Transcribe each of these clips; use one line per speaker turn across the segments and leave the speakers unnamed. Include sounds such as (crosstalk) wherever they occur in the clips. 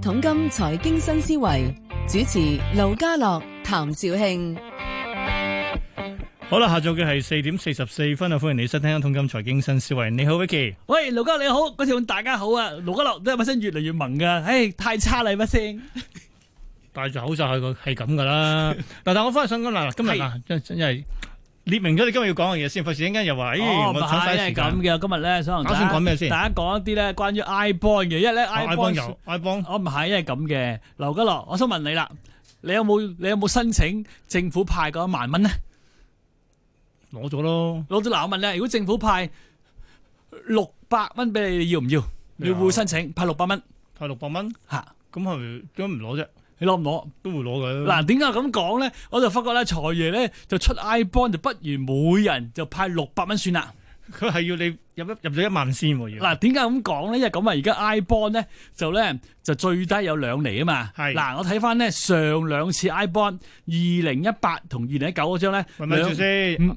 桶金財經新思維主持盧家樂、譚紹興。
好啦，下晝嘅係四點四十四分啊！歡迎你收聽《通金財經新思維》。你好，Vicky。
(laughs) 喂，盧家你好，嗰條大家好啊！盧家樂都係把聲越嚟越萌噶，唉，太差啦把聲。
戴住口罩係個係咁噶啦。嗱，但係我翻去想講嗱，今日嗱，真真係列明咗你今日要講嘅嘢先，費事陣間又話，咦，
哦，
哎我
唔
搶曬
係
時
咁
間。
嘅，今日咧想同
打算講咩先
大家講一啲咧關於 iBond 嘅，因為咧
我 iPhone 有
iBond，哦
iPhone，
我唔係，因為咁嘅。盧家樂，我想問你啦，你有冇你有冇申請政府派嗰一萬蚊咧？
攞咗咯。
攞咗嗱，我問你啊，如果政府派六百蚊俾你，你要唔要？你會唔會申請派六百蚊
派六百蚊，
嚇？
咁係咪點解唔攞啫？
你攞唔攞？
都會攞嘅。
嗱，點解咁講咧？我就發覺咧，財爺咧就出 iBond，就不如每人就派六百蚊算啦。
佢係要你入一入咗一萬先喎，要。
嗱，點解咁講咧？因為咁啊，而家 iBond 咧就咧就最低有兩厘啊嘛。
係
嗱，我睇翻咧上兩次 iBond，二零一八同二零一九嗰張咧，
咪咪住
兩
先
嗯。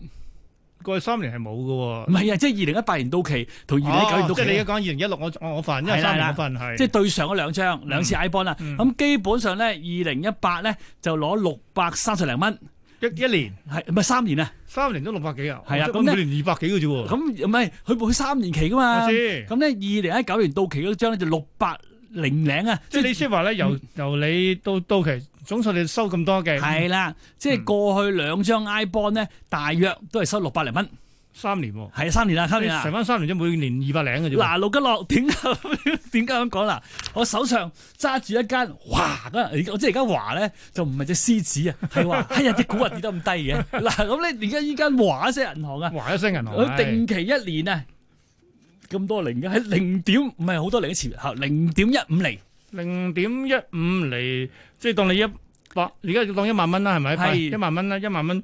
過去三年係冇嘅
唔
喎。
係啊，即係二零一八年到期同二零一九年
哦
到
即
期
係你而
咧，
家講二零一六，我我我份，因為
係啦
三
係
年
啦
嗰份係。
即係對上嗰兩張兩次 iBond 啦。
嗯
咁基本上咧，二零一八咧就攞六百三十零蚊，
一一年
係唔係三年啊？
三年都六百幾啊？
係啊
我
咁呢
每年二百幾嘅啫喎。
咁唔係佢佢三年期噶嘛？
我知。
咁咧，二零一九年到期嗰張咧就六百零零啊，
即係你先話咧，由由你到到期總數你收咁多嘅，
係啦，即
嗯
係過去兩張 I bond 咧，大約都係收六百零蚊，
三年喎，
係啊三年啦，三年
成
啦。
翻三年啫，每年二百零嘅啫喎。
嗱，盧吉樂點解點解咁講啦？我手上揸住一間華嗰陣而我即係而家華咧就唔係只獅子啊，
(laughs)
係話哎呀隻股啊跌得咁低嘅。嗱咁咧，而家依間華式銀行啊，
華一聲銀行
佢
係
定期一年啊咁多零嘅，喺零點唔係好多零一次嚇，零點一五厘。
零點一五嚟，即係當你一百，而家要當一萬蚊啦，係咪？
係
一萬蚊啦，一萬蚊，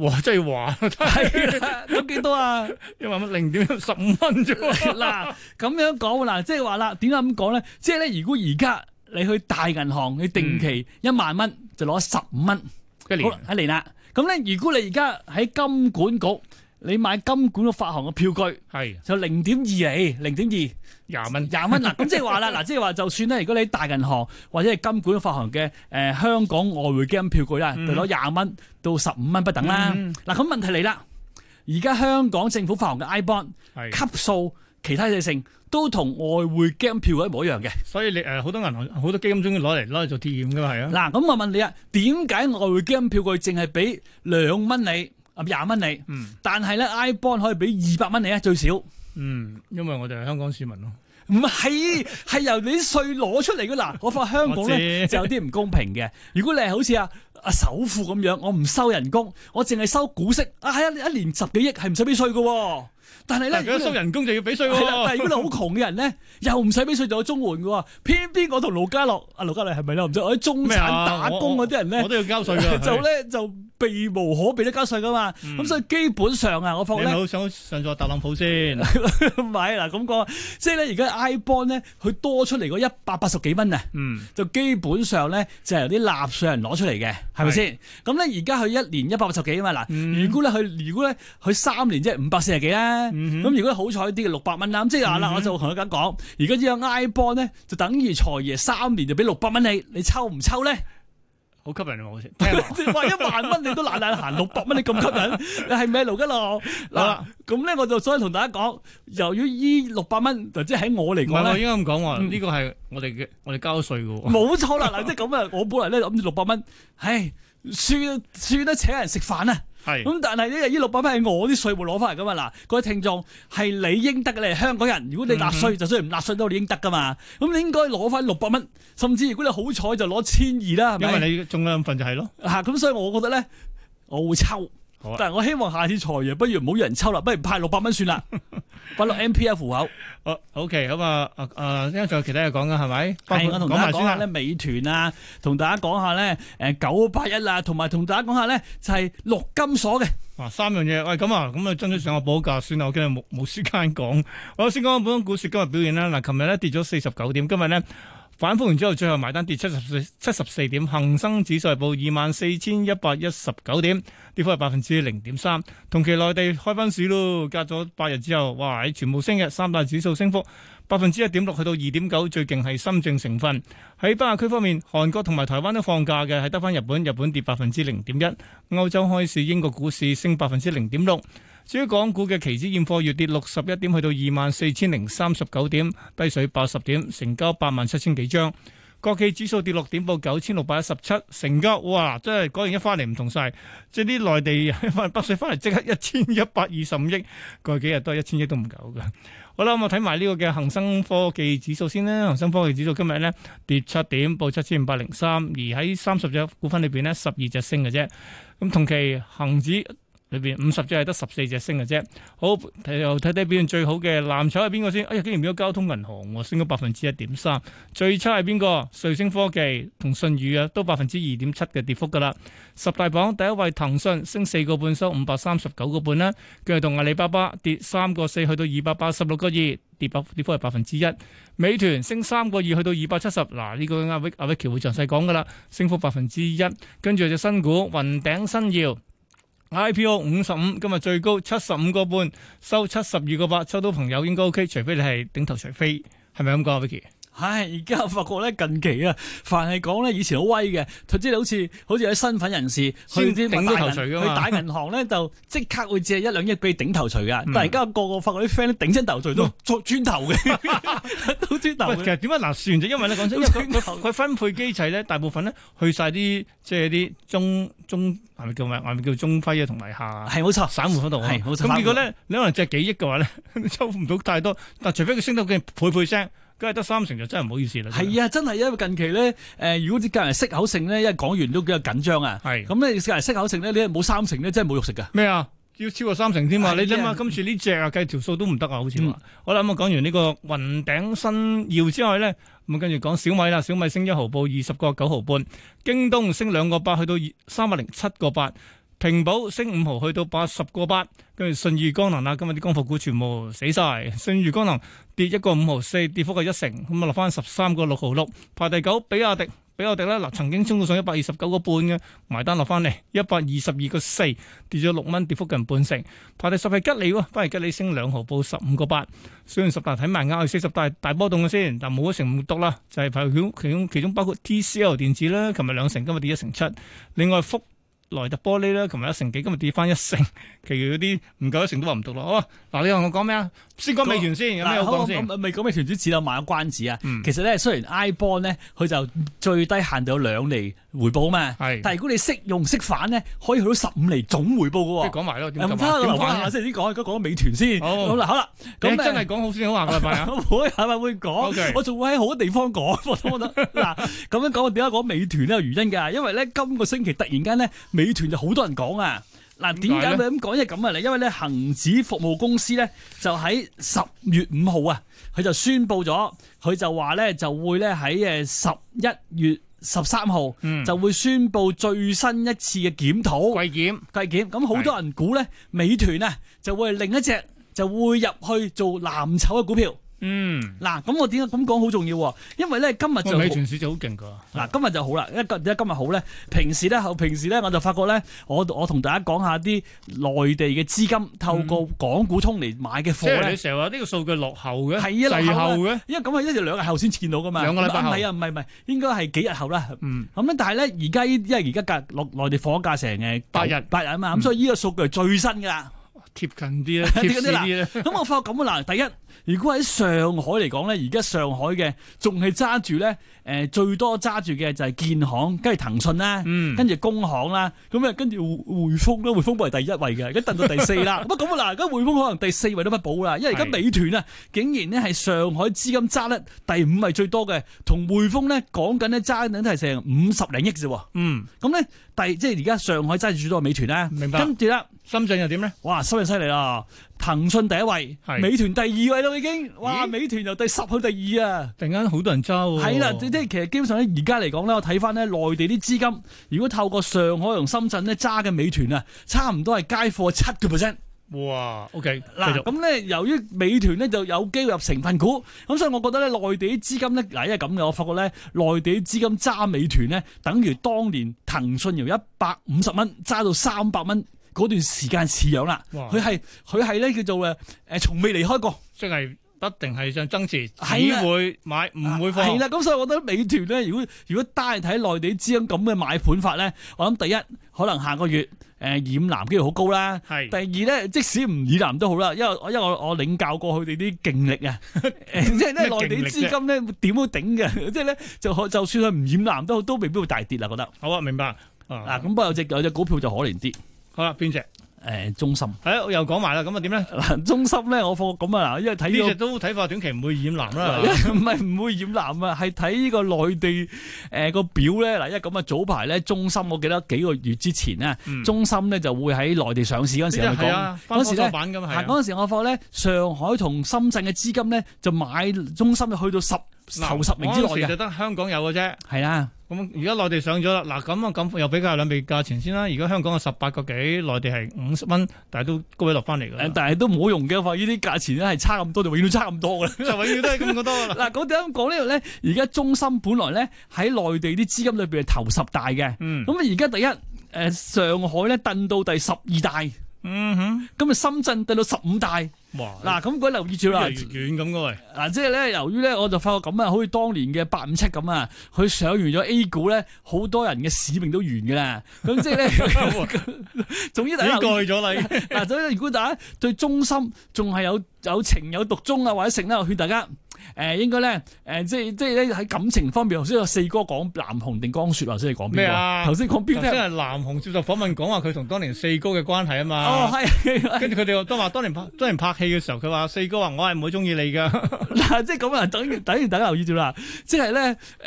哇！真係華，
係啦，咁幾多啊？
(laughs) 一萬蚊零點十五蚊啫喎。
(laughs) 嗱，咁樣講嗱，即係話啦，點解咁講咧？即係咧，如果而家你去大銀行，你定期一萬蚊就攞十五蚊，
嗯一
好啦
年
一年啦。咁咧，如果你而家喺金管局，你買金管局發行嘅票據，
係
就零點二厘，零點二
廿蚊，(laughs)
廿蚊啦。咁即係話啦，嗱，即係話就算咧，如果你喺大銀行或者係金管局發行嘅誒、呃香港外匯基金票據啦，就
嗯
攞廿蚊到十五蚊不等啦。
嗯
嗱，咁問題嚟啦，而家香港政府發行嘅 iBond。
係。
級數、其他嘢性都同外匯 game 票一模一樣嘅。
所以你誒好多銀行好多基金中意攞嚟攞嚟做貼現㗎嘛，係啊。
嗱，咁我問你啊，點解外匯 game 票佢淨係俾兩蚊你，啊廿蚊你，
嗯
但係咧 iBond 可以俾二百蚊你啊最少？唔
嗯，因為我哋係香港市民咯。
係，係由你啲稅攞出
(laughs)
嚟嘅嗱。我發覺香港
我知
咧就有啲唔公平嘅。如果你係好似啊啊首富咁樣，我唔收人工，我淨係收股息，啊係啊，一年十幾億係唔使俾稅嘅喎。但係咧，
但係佢一收人工就要俾稅
係啦，但係
喎。(laughs)
如果你好窮嘅人咧，又唔使俾稅就有綜援嘅喎，偏偏我同盧家樂啊，盧家樂係咪咧？我唔知我喺中
咩
產
啊
打工嗰啲人
我我
咧，
都啊要交稅㗎。
(laughs) 就咧就避無可避都交税噶嘛。咁、所以基本上啊，我放
嗯你
咧 (laughs)
咪好想上咗特朗普先？
唔係嗱咁講，啊即係咧而家 I bond 咧，佢多出嚟嗰一百八十幾蚊啊！
嗯，
就基本上咧就係由啲納税人攞出嚟嘅，係咪先？咁咧而家佢一年一百八十幾啊嘛，嗱、
嗯
如果咧佢如果咧佢三年即係五百四十幾啦，咁、
嗯哼嗯
如果好彩啲嘅六百蚊啦，咁即係話啦，我就同佢咁講，而家呢個 I bond 咧就等於財爺三年就俾六百蚊你，你抽唔抽咧？
好吸引
啊
喎，好似。聽落
(laughs) 即係話一萬蚊你都懶懶行六百蚊，你咁吸引， (laughs) 你係咪盧吉樂？
好
嗱
啦，
咁咧我就所以同大家講，由於依六百蚊，就即係喺 (laughs) 我嚟
唔係
講
喎，
咧。
應該咁講喎，
嗯
呢個係我哋嘅，我哋交稅嘅喎。
冇
(laughs)
錯啦，嗱，即係咁啊！我本來咧諗住六百蚊，唉，算算得請人食飯啊！
係，
咁但係呢，呢六百蚊係我啲稅務攞翻嚟噶嘛？嗱，各位聽眾係你應得嘅，你係香港人，如果你
嗯
納稅，就雖然唔納稅都你應得噶嘛。咁你應該攞翻六百蚊，甚至如果你好彩就攞千二啦，係
因
咪？
為你中兩份就係咯。
嚇咁，所以我覺得咧，我會抽。
好啊
但係我希望下次財爺不如唔好有人抽啦，不如派六百蚊算
(laughs)
啦，擺落 M P F 戶口。
好，OK，咁啊，啊啊，因為仲有其他嘢講㗎，係咪？包
係，
括
我同
講
大
埋
家講
先
下
啦。
咧，美團啊，同大家講下咧，誒九八一啊，同埋同大家講下咧，就係陸金所嘅。
哇，三樣嘢，喂，咁啊，咁啊，爭取上個報價算啦，我今日冇冇時間講。我先講下本港股市今日表現啦。嗱，琴日咧跌咗四十九點，今日咧反覆完之後，最後埋單跌七十四七十四點，恒生指數係報二萬四千一百一十九點，跌幅係百分之零點三。同期內地開翻市咯，隔咗八日之後，哇！全部升嘅，三大指數升幅百分之一點六，去到二點九，最勁係深證成分。喺北亞區方面，韓國同埋台灣都放假嘅，係得翻日本，日本跌百分之零點一。歐洲開市，英國股市升百分之零點六。至於港股嘅期指現貨，月跌六十一點，去到二萬四千零三十九點，低水八十點，成交八萬七千幾張。國企指數跌六點，報九千六百一十七，成交哇！真係果然一翻嚟唔同晒，即係啲內地 (laughs) 翻北水翻嚟即刻一千一百二十五億，過去幾日都係一千億都唔夠㗎。好啦，咁我睇埋呢個嘅恒生科技指數先啦。恒生科技指數今日咧跌七點，報七千五百零三，而喺三十隻股份裏邊咧，十二隻升嘅啫。咁同期恒指裏邊五十隻係得十四隻升嘅啫。好，睇又睇睇表現最好嘅藍籌係邊個先？哎呀，竟然變咗交通銀行喎，升咗百分之一點三。最差係邊個？瑞聲科技同信宇啊，都百分之二點七嘅跌幅㗎啦。十大榜第一位騰訊升四個半，收五百三十九個半啦。跟住到阿里巴巴跌三個四，去到二百八十六個二，跌百跌幅係百分之一。美團升三個二，去到二百七十。嗱，呢個阿 Vic 阿 Vicky 會詳細講噶啦，升幅百分之一。跟住有隻新股雲頂新耀。IPO 五十五，今日最高七十五個半，收七十二個八，收到朋友應該 OK，除非你係頂頭除非，係咪咁講啊，Vicky？
唉，而家我發覺咧，近期啊，凡係講咧以前好威嘅，佢知你好似好似有啲身份人士去
先
啲
頂到頭
大
槌
銀
㗎
去
嘛
打銀行咧，就即刻會借一兩億俾你頂頭槌噶。
嗯
但係而家個個發覺啲 friend 頂親頭槌都做磚頭嘅，
(laughs)
都磚頭
喂，
嘅
其。實點解嗱算就因為咧講真，因為佢佢佢分配機制咧，大部分咧去晒啲即係啲中中係咪叫咩？係咪叫中輝啊同埋下啊
係冇錯，
散户嗰度啊？
係冇
咁
錯
結果咧，你可能借幾億嘅 (laughs) 話咧，抽唔到太多，但除非佢升到嘅倍倍聲，梗係得三成就真係唔好意思啦。真係
係啊，真係因為近期咧，誒、如果啲隔人息口性咧，因為港元都比較緊張啊，
係
咁咧隔人息口性咧，你係冇三成咧，真係冇肉食噶。
咩啊？要超過三成添嘛？
係啊
你諗下，今次呢只啊計條數都唔得啊，好似話。
嗯
好啦，咁啊講完呢個雲頂新耀之外咧，咁啊跟住講小米啦，小米升一毫報二十個九毫半，京東升兩個八去到三百零七個八。平保升五毫，去到八十個八，跟住信義光能啦，啊今日啲光伏股全部死晒，信義光能跌一個五毫四，跌幅係一成，咁啊落翻十三個六毫六，排第九，比亞迪，比亞迪咧嗱曾經衝到上一百二十九個半嘅，埋單落翻嚟一百二十二個四，跌咗六蚊，跌幅近半成，排第十係吉利喎，翻嚟吉利升兩毫，報十五個八，雖然十大睇埋啱，四十大大波動嘅先，但冇一成唔篤啦，就係排其中其中其中包括 TCL 電子啦，琴日兩成，今日跌一成七，另外福。萊特玻璃咧，琴日一成幾，今日跌翻一成， (laughs) 其餘嗰啲唔夠一成都話唔到啦。好啊，嗱，你同我講咩啊？先講美元先，有咩
嗱
好講先？
我未講咩團主指啦，賣個關子啊。
嗯
其實咧，雖然 I bond 咧，佢就最低限度有兩厘回報嘛。
係
但係如果你識用識反咧，可以去到十五厘總回報
即係
嘅喎。
講埋咯，點
唔
咁
得
啊
啦，
點
留
玩
翻下
啊？
先，先講，而家講美團先。
好
好啦，好啦，
你
咁
真
誒
係講好先，好下
(laughs)
個禮拜啊！
會係咪會
OK
講？我仲會喺好多地方講，我都覺得嗱咁樣講，我點解講美團咧有原因㗎？因為咧今個星期突然間咧，美團就好多人講啊。嗱，點解
點解
會咁講？因為咁啊，因為咧恒指服務公司咧就喺十月五號啊，佢就宣布咗，佢就話咧就會咧喺誒十一月十三號
嗯
就會宣布最新一次嘅檢討。
貴檢
計檢，咁好多人估咧，美團啊就會係另一隻就會入去做藍籌嘅股票。
嗯，
嗱，咁我點解咁講好重要喎？因為咧今日
哇
就
美團市就好勁噶。
嗱，今日就好啦，因為今因為今日好咧。平時咧，後平時咧，我就發覺咧，我我同大家講下啲內地嘅資金透過港股通嚟買嘅
嗯即
貨
係你
咧，
成日話呢個數據落後嘅，
係啊
滯
落後
後
啊
嘅，
因為咁係一日兩日後先見到噶嘛。
兩個禮拜後
唔係啊，唔係唔係，應該係幾日後啦。
嗯，
咁咧，但係咧，而家依因為而家價落內地貨價成誒
八日嗯
八日啊嘛，咁所以呢個數據係最新㗎啦。
貼近
(laughs)
啲啦，貼
啲嗰啲
市啲咧。
咁我發覺咁啊！嗱，第一，如果喺上海嚟講咧，而家上海嘅仲係揸住咧，誒、最多揸住嘅就係建行，跟住騰訊啦，
嗯
跟住工行啦，咁啊跟住匯匯豐啦，匯豐本嚟第一位嘅，而家掟到第四
(laughs)
啦。咁啊咁啊嗱，而家匯豐可能第四位都不保啦，因為而家
係
美團啊，竟然咧係上海資金揸得第五位最多嘅，同匯豐咧講緊咧揸緊都係成五十零億啫喎。
嗯，
咁咧第即係而家上海揸住最多嘅美團啦，
明白
跟住啦。
深圳又點咧？
哇，收人犀利啦！騰訊第一位
係，
美團第二位咯已經。哇，
咦哦
美團由第十去第二啊！
突然間好多人揸喎。
係啦，即即係其實基本上咧，而家嚟講咧，我睇翻咧內地啲資金，如果透過上海同深圳咧揸嘅美團啊，差唔多係街貨七個 percent。
哇，OK，
嗱，
嗱，
咁咧由於美團咧就有機會入成分股，咁所以我覺得咧內地啲資金咧，嗱，因為咁嘅，我發覺咧內地啲資金揸美團咧，等於當年騰訊由一百五十蚊揸到三百蚊嗰段時間似樣啦。
哇
佢係佢係咧叫做誒誒，從未離開過。
即係一定係想增持，只
係啦
會買唔會放
係。啦，咁所以我覺得美團咧，如果如果單係睇內地資金咁嘅買盤法咧，我諗第一可能下個月誒、呃染藍機會好高啦。
係
第二咧，即使唔以南都好啦，因為我因為我我領教過佢哋啲勁力啊， (laughs) 誒即係咧
咩
內
勁力
地
啫
資金咧點都頂嘅， (laughs) 即係咧就可就算佢唔染藍都好，都未必會大跌啦，覺得
好啊，明白。啊
嗱，咁，不過有隻有隻股票就可憐啲，誒、
好啦，邊只？
中心
係我又講埋啦，咁啊點咧？呢
嗱中心咧，我放咁啊嗱，因為睇呢個
只都睇法短期唔會染藍
(laughs)
啦。
唔係唔會染藍啊，係睇呢個內地誒個表咧。嗱，因為咁啊，早排咧，中心我記得幾個月之前咧，
嗯
中心咧就會喺內地上市嗰陣時，
呢
我
只
咪
係
講
啊，翻
嗰時
科
咧
作版咁係
嗱，
啊。
嗰陣時我發覺咧，上海同深圳嘅資金咧就買中心去到十頭十名之內
嗰陣時
嘅，
就得香港有嘅啊啫。
係啦，
咁而家內地上咗啦，嗱咁啊咁又比較兩倍價錢先啦。而家香港嘅十八個幾，內地係五十蚊，但係都高位落翻嚟㗎
誒
啦。
但係都冇用嘅，我發覺呢啲價錢咧係差咁多，就永遠都差咁
(laughs)
多㗎啦。
就永遠都係咁多啦。
嗱，咁點解咁講呢度咧？而家中心本來咧喺內地啲資金裏邊係頭十大
(laughs)
嘅，
嗯，
咁啊而家第一誒上海咧掟到第十二大。
嗯
咁啊，深圳對到十五大，
哼，哇！
嗱咁嗰留意住啦
嗱，，越嚟越遠咁嘅喂， (laughs)
嗱即係咧，由於咧我就發覺咁啊，好似當年嘅八五七咁啊，佢上完咗 A 股咧，好多人嘅使命都完㗎啦，咁即係
(laughs)
咧，總之大
已經
家留意
過去咗 (laughs) 啦。已經
嗱，所以如果大家對中心仲係有有情有獨鍾啊，或者成咧，我勸大家。誒、應該咧，誒、即係即係咧喺感情方面，頭先有四哥講南紅定江雪啊，頭先你講
咩
邊
啊
個？頭先講邊
頭
個
先？係南紅接受訪問講話佢同當年四哥嘅關係啊
哦，
嘛。
係。
跟住佢哋又都話當年拍當年拍戲嘅時候，佢話四哥話我係唔會中意你 (laughs) 㗎。
嗱，即係咁啊，等於等於等留意住啦，即係咧，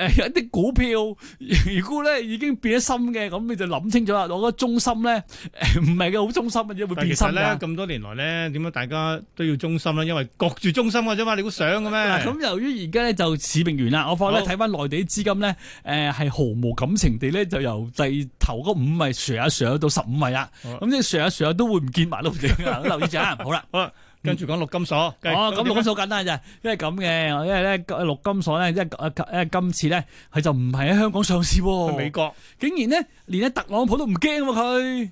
誒有一啲股票，如果咧已經變咗心嘅，咁你就諗清楚啦。我覺得中心咧，誒唔係嘅，好中心嘅啫，
但係
會變
其
心
實咧
㗎。
咁多年來咧，點解大家都要忠心咧？因為焗住忠心嘅啫嘛，你估想嘅
嗱，
咩？
咁由於而家咧就市明完啦，我發覺咧
好
睇翻內地啲資金咧，誒係毫無感情地咧就由第頭嗰五位上一上到十五位啦，
好啊
咁即係上一上都會唔
(laughs)
見埋都唔定啊！留意住啊，好啦。
好啦，跟住講陸金所。
哦，咁
點啊
陸金所簡單咋，因為咁嘅，因為咧陸金所咧，因為因為今次咧佢就唔係喺香港上市
去
喎，
美國，
竟然咧連咧特朗普都唔驚喎佢，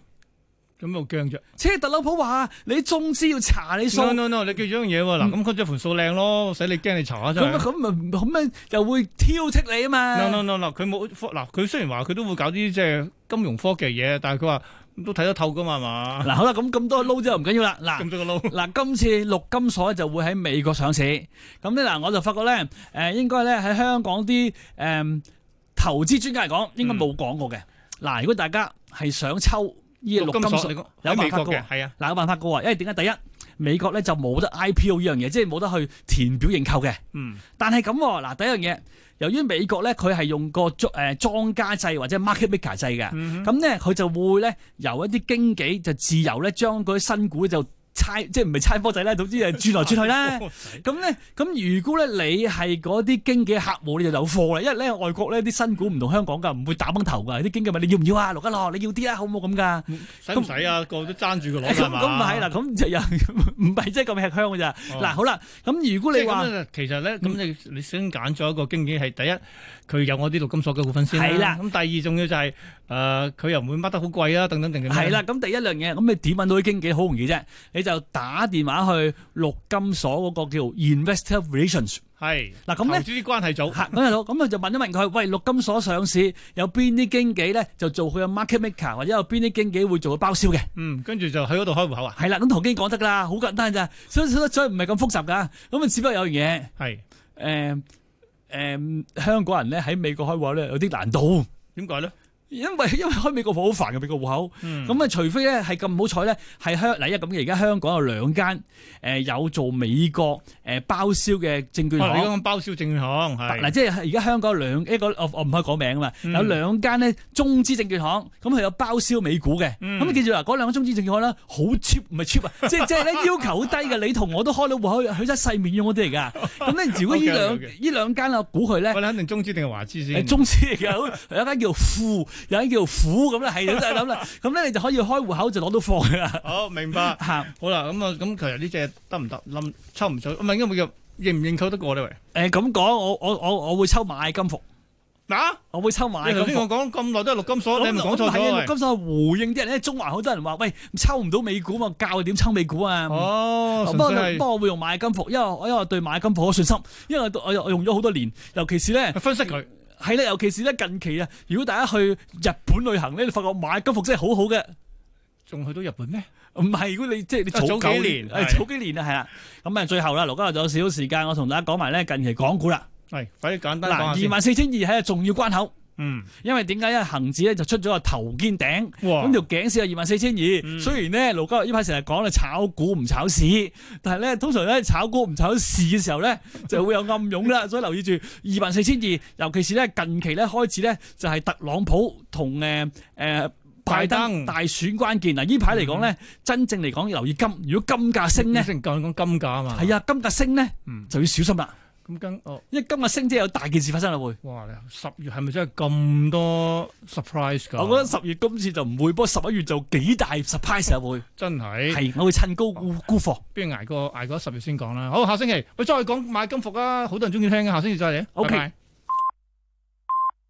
咁又驚啫。
即係特朗普話你中資要查你數，
no
咁
no no，你記住一樣嘢喎，嗱，咁佢張盤數靚咯，使你驚你查下真係。
啊嗯咁咪咁咪又會挑剔你啊
no
嘛。
no no no，佢冇嗱，佢雖然話佢都會搞啲即係金融科技嘢，但係佢話都睇得透噶嘛，係嘛？
嗱好啦，咁咁多撈之後唔緊要啦。嗱
咁多個撈，
嗱，今次陸金所就會喺美國上市，咁咧嗱我就發覺咧，誒應該咧喺香港啲誒投資專家嚟講，應該冇講過嘅。嗱，如果大家係想抽呢個
陸
陸金
金
所
所，你講
有
喺美
辦法
國
㗎喎
嘅，。係啊，
嗱，有辦法嘅喎，因為點解？第一，美國咧就冇得 IPO 呢樣嘢，即係冇得去填表認購嘅。
嗯，
但係咁喎嗱，第一樣嘢，由於美國咧佢係用個莊誒莊家制或者 market maker 制嘅，
嗯
咁咧佢就會咧由一啲經紀就自由咧將嗰啲新股就猜，即係唔係猜波仔啦，總之係轉來轉去啦。咁咧，咁如果咧你係嗰啲經紀客戶，你就有貨啦，因為咧外國咧啲新股唔同香港㗎，唔會打崩頭㗎，啲經紀問你要唔要啊，陸家樂你要啲啊，好唔好咁㗎？
(laughs) 使唔使啊？個個都爭住個攞㗎
咁
係
咁唔
嘛？
係啦，咁就又唔係真係咁吃香㗎咋。
哦
嗱，好啦，咁如果
即
你
係
話嗯
咁啊其實咧，咁你你先揀咗一個經紀係第一，佢有我啲陸金所嘅股份先
係啦
咁第二重要就係誒，佢又唔會乜得好貴啊，等等定定。
係啦，，咁第一樣嘢，咁你點揾到啲經紀好容易啫？你就打電話去陸金所嗰個叫 Investor Relations。
係
嗱咁
投
咧
資啲關係組。
嚇咁就咁佢就問一問佢，喂，陸金所上市有邊啲經紀咧就做佢嘅 market maker，或者有邊啲經紀會做佢包銷嘅？
嗯，跟住就喺嗰度開戶口啊，
係啦，咁同經紀講得㗎啦，好簡單咋，所以所以所以唔係咁複雜㗎。咁啊，只不過有樣嘢，誒、
係
誒、香港人咧喺美國開戶口咧有啲難度，
點解咧？
因為因為開美國戶口好煩嘅美國戶口。
嗯
咁啊，除非咧係咁好彩咧，係香嗱，因為咁而家香港有兩間誒有做美國誒包銷嘅證券
哦你
行。
講包銷證券行係
嗱，即係而家香港有兩一個，我我唔可以講名啊嘛，
嗯
有兩間咧中資證券行，咁佢有包銷美股嘅，
嗯
咁啊你記住啦，嗰兩個中資證券行啦，好 cheap 唔係 cheap
(laughs)
啊，即係即係咧要求好低嘅，你同我都開到戶口，佢真係細面用嗰啲嚟
(laughs)
㗎。咁咧，如果呢
Okay，okay，
兩
okay
呢兩間啊，我估佢咧
喂，你肯定中資定係華資
誒
先？
中資嚟嘅，好有一間叫富有人叫虎咁咧，係都係咁啦。咁咧你就可以開戶口就攞到貨噶啦。
好明白。
嚇
好啦，咁啊，咁其實呢只得唔得？冧抽唔抽？唔係應該叫認唔認購得過呢？喂，
誒咁講，我我我我會抽買金服，
嗱，
我會抽買
你頭先
金服
我。講咁耐都係陸金所，你係咪講錯咗
係啊
啊？
陸金所係回應啲人咧，中環好多人話：喂，抽唔到美股嘛，教佢點抽美股啊？
哦，純
不過
粹
不過我會用買金服，因為我因為我對買金服好信心，因為我我我用咗好多年，尤其是咧
係分析佢。
係咧，尤其是咧近期啊，如果大家去日本旅行咧，你發覺買金服真係好好嘅。
仲去到日本咩？
唔係，如果你即係你
啊
早
早幾
九
年係
誒早幾年啊，係啦。咁啊，最後啦，盧家樂仲有少少時間，我同大家講埋咧近期港股啦。
係，快啲簡單講下
嗱，
先
二。萬四千二係一個重要關口，
嗯，
因為點解？因為恒指咧就出咗個頭肩頂。
哇
咁，條頸線係二萬四千二，雖然咧盧家樂呢排成日講咧炒股唔炒市，但係咧通常咧炒股唔炒市嘅時候咧就會有暗湧啦，所以留意住二萬四千二，尤其是咧近期咧開始咧就係特朗普同誒誒
拜
拜登
登
大選關鍵嗱，呢排嚟講咧真正嚟講要留意金，如果金價升咧，
成講講金價啊嘛。
係啊金價升咧
嗯
就要小心啦，
咁跟哦，
因為金價升即係有大件事發生啦會。
哇！你十月係咪真係咁多 surprise 㗎？
我覺得十月今次就唔會，不過十一月就幾大 surprise 啊會，
真係。
係我會趁高沽沽貨。
不如捱過捱過十月先講啦。好，下星期我再講買金服啊，好多人中意聽嘅，下星期再嚟啊。
OK
拜拜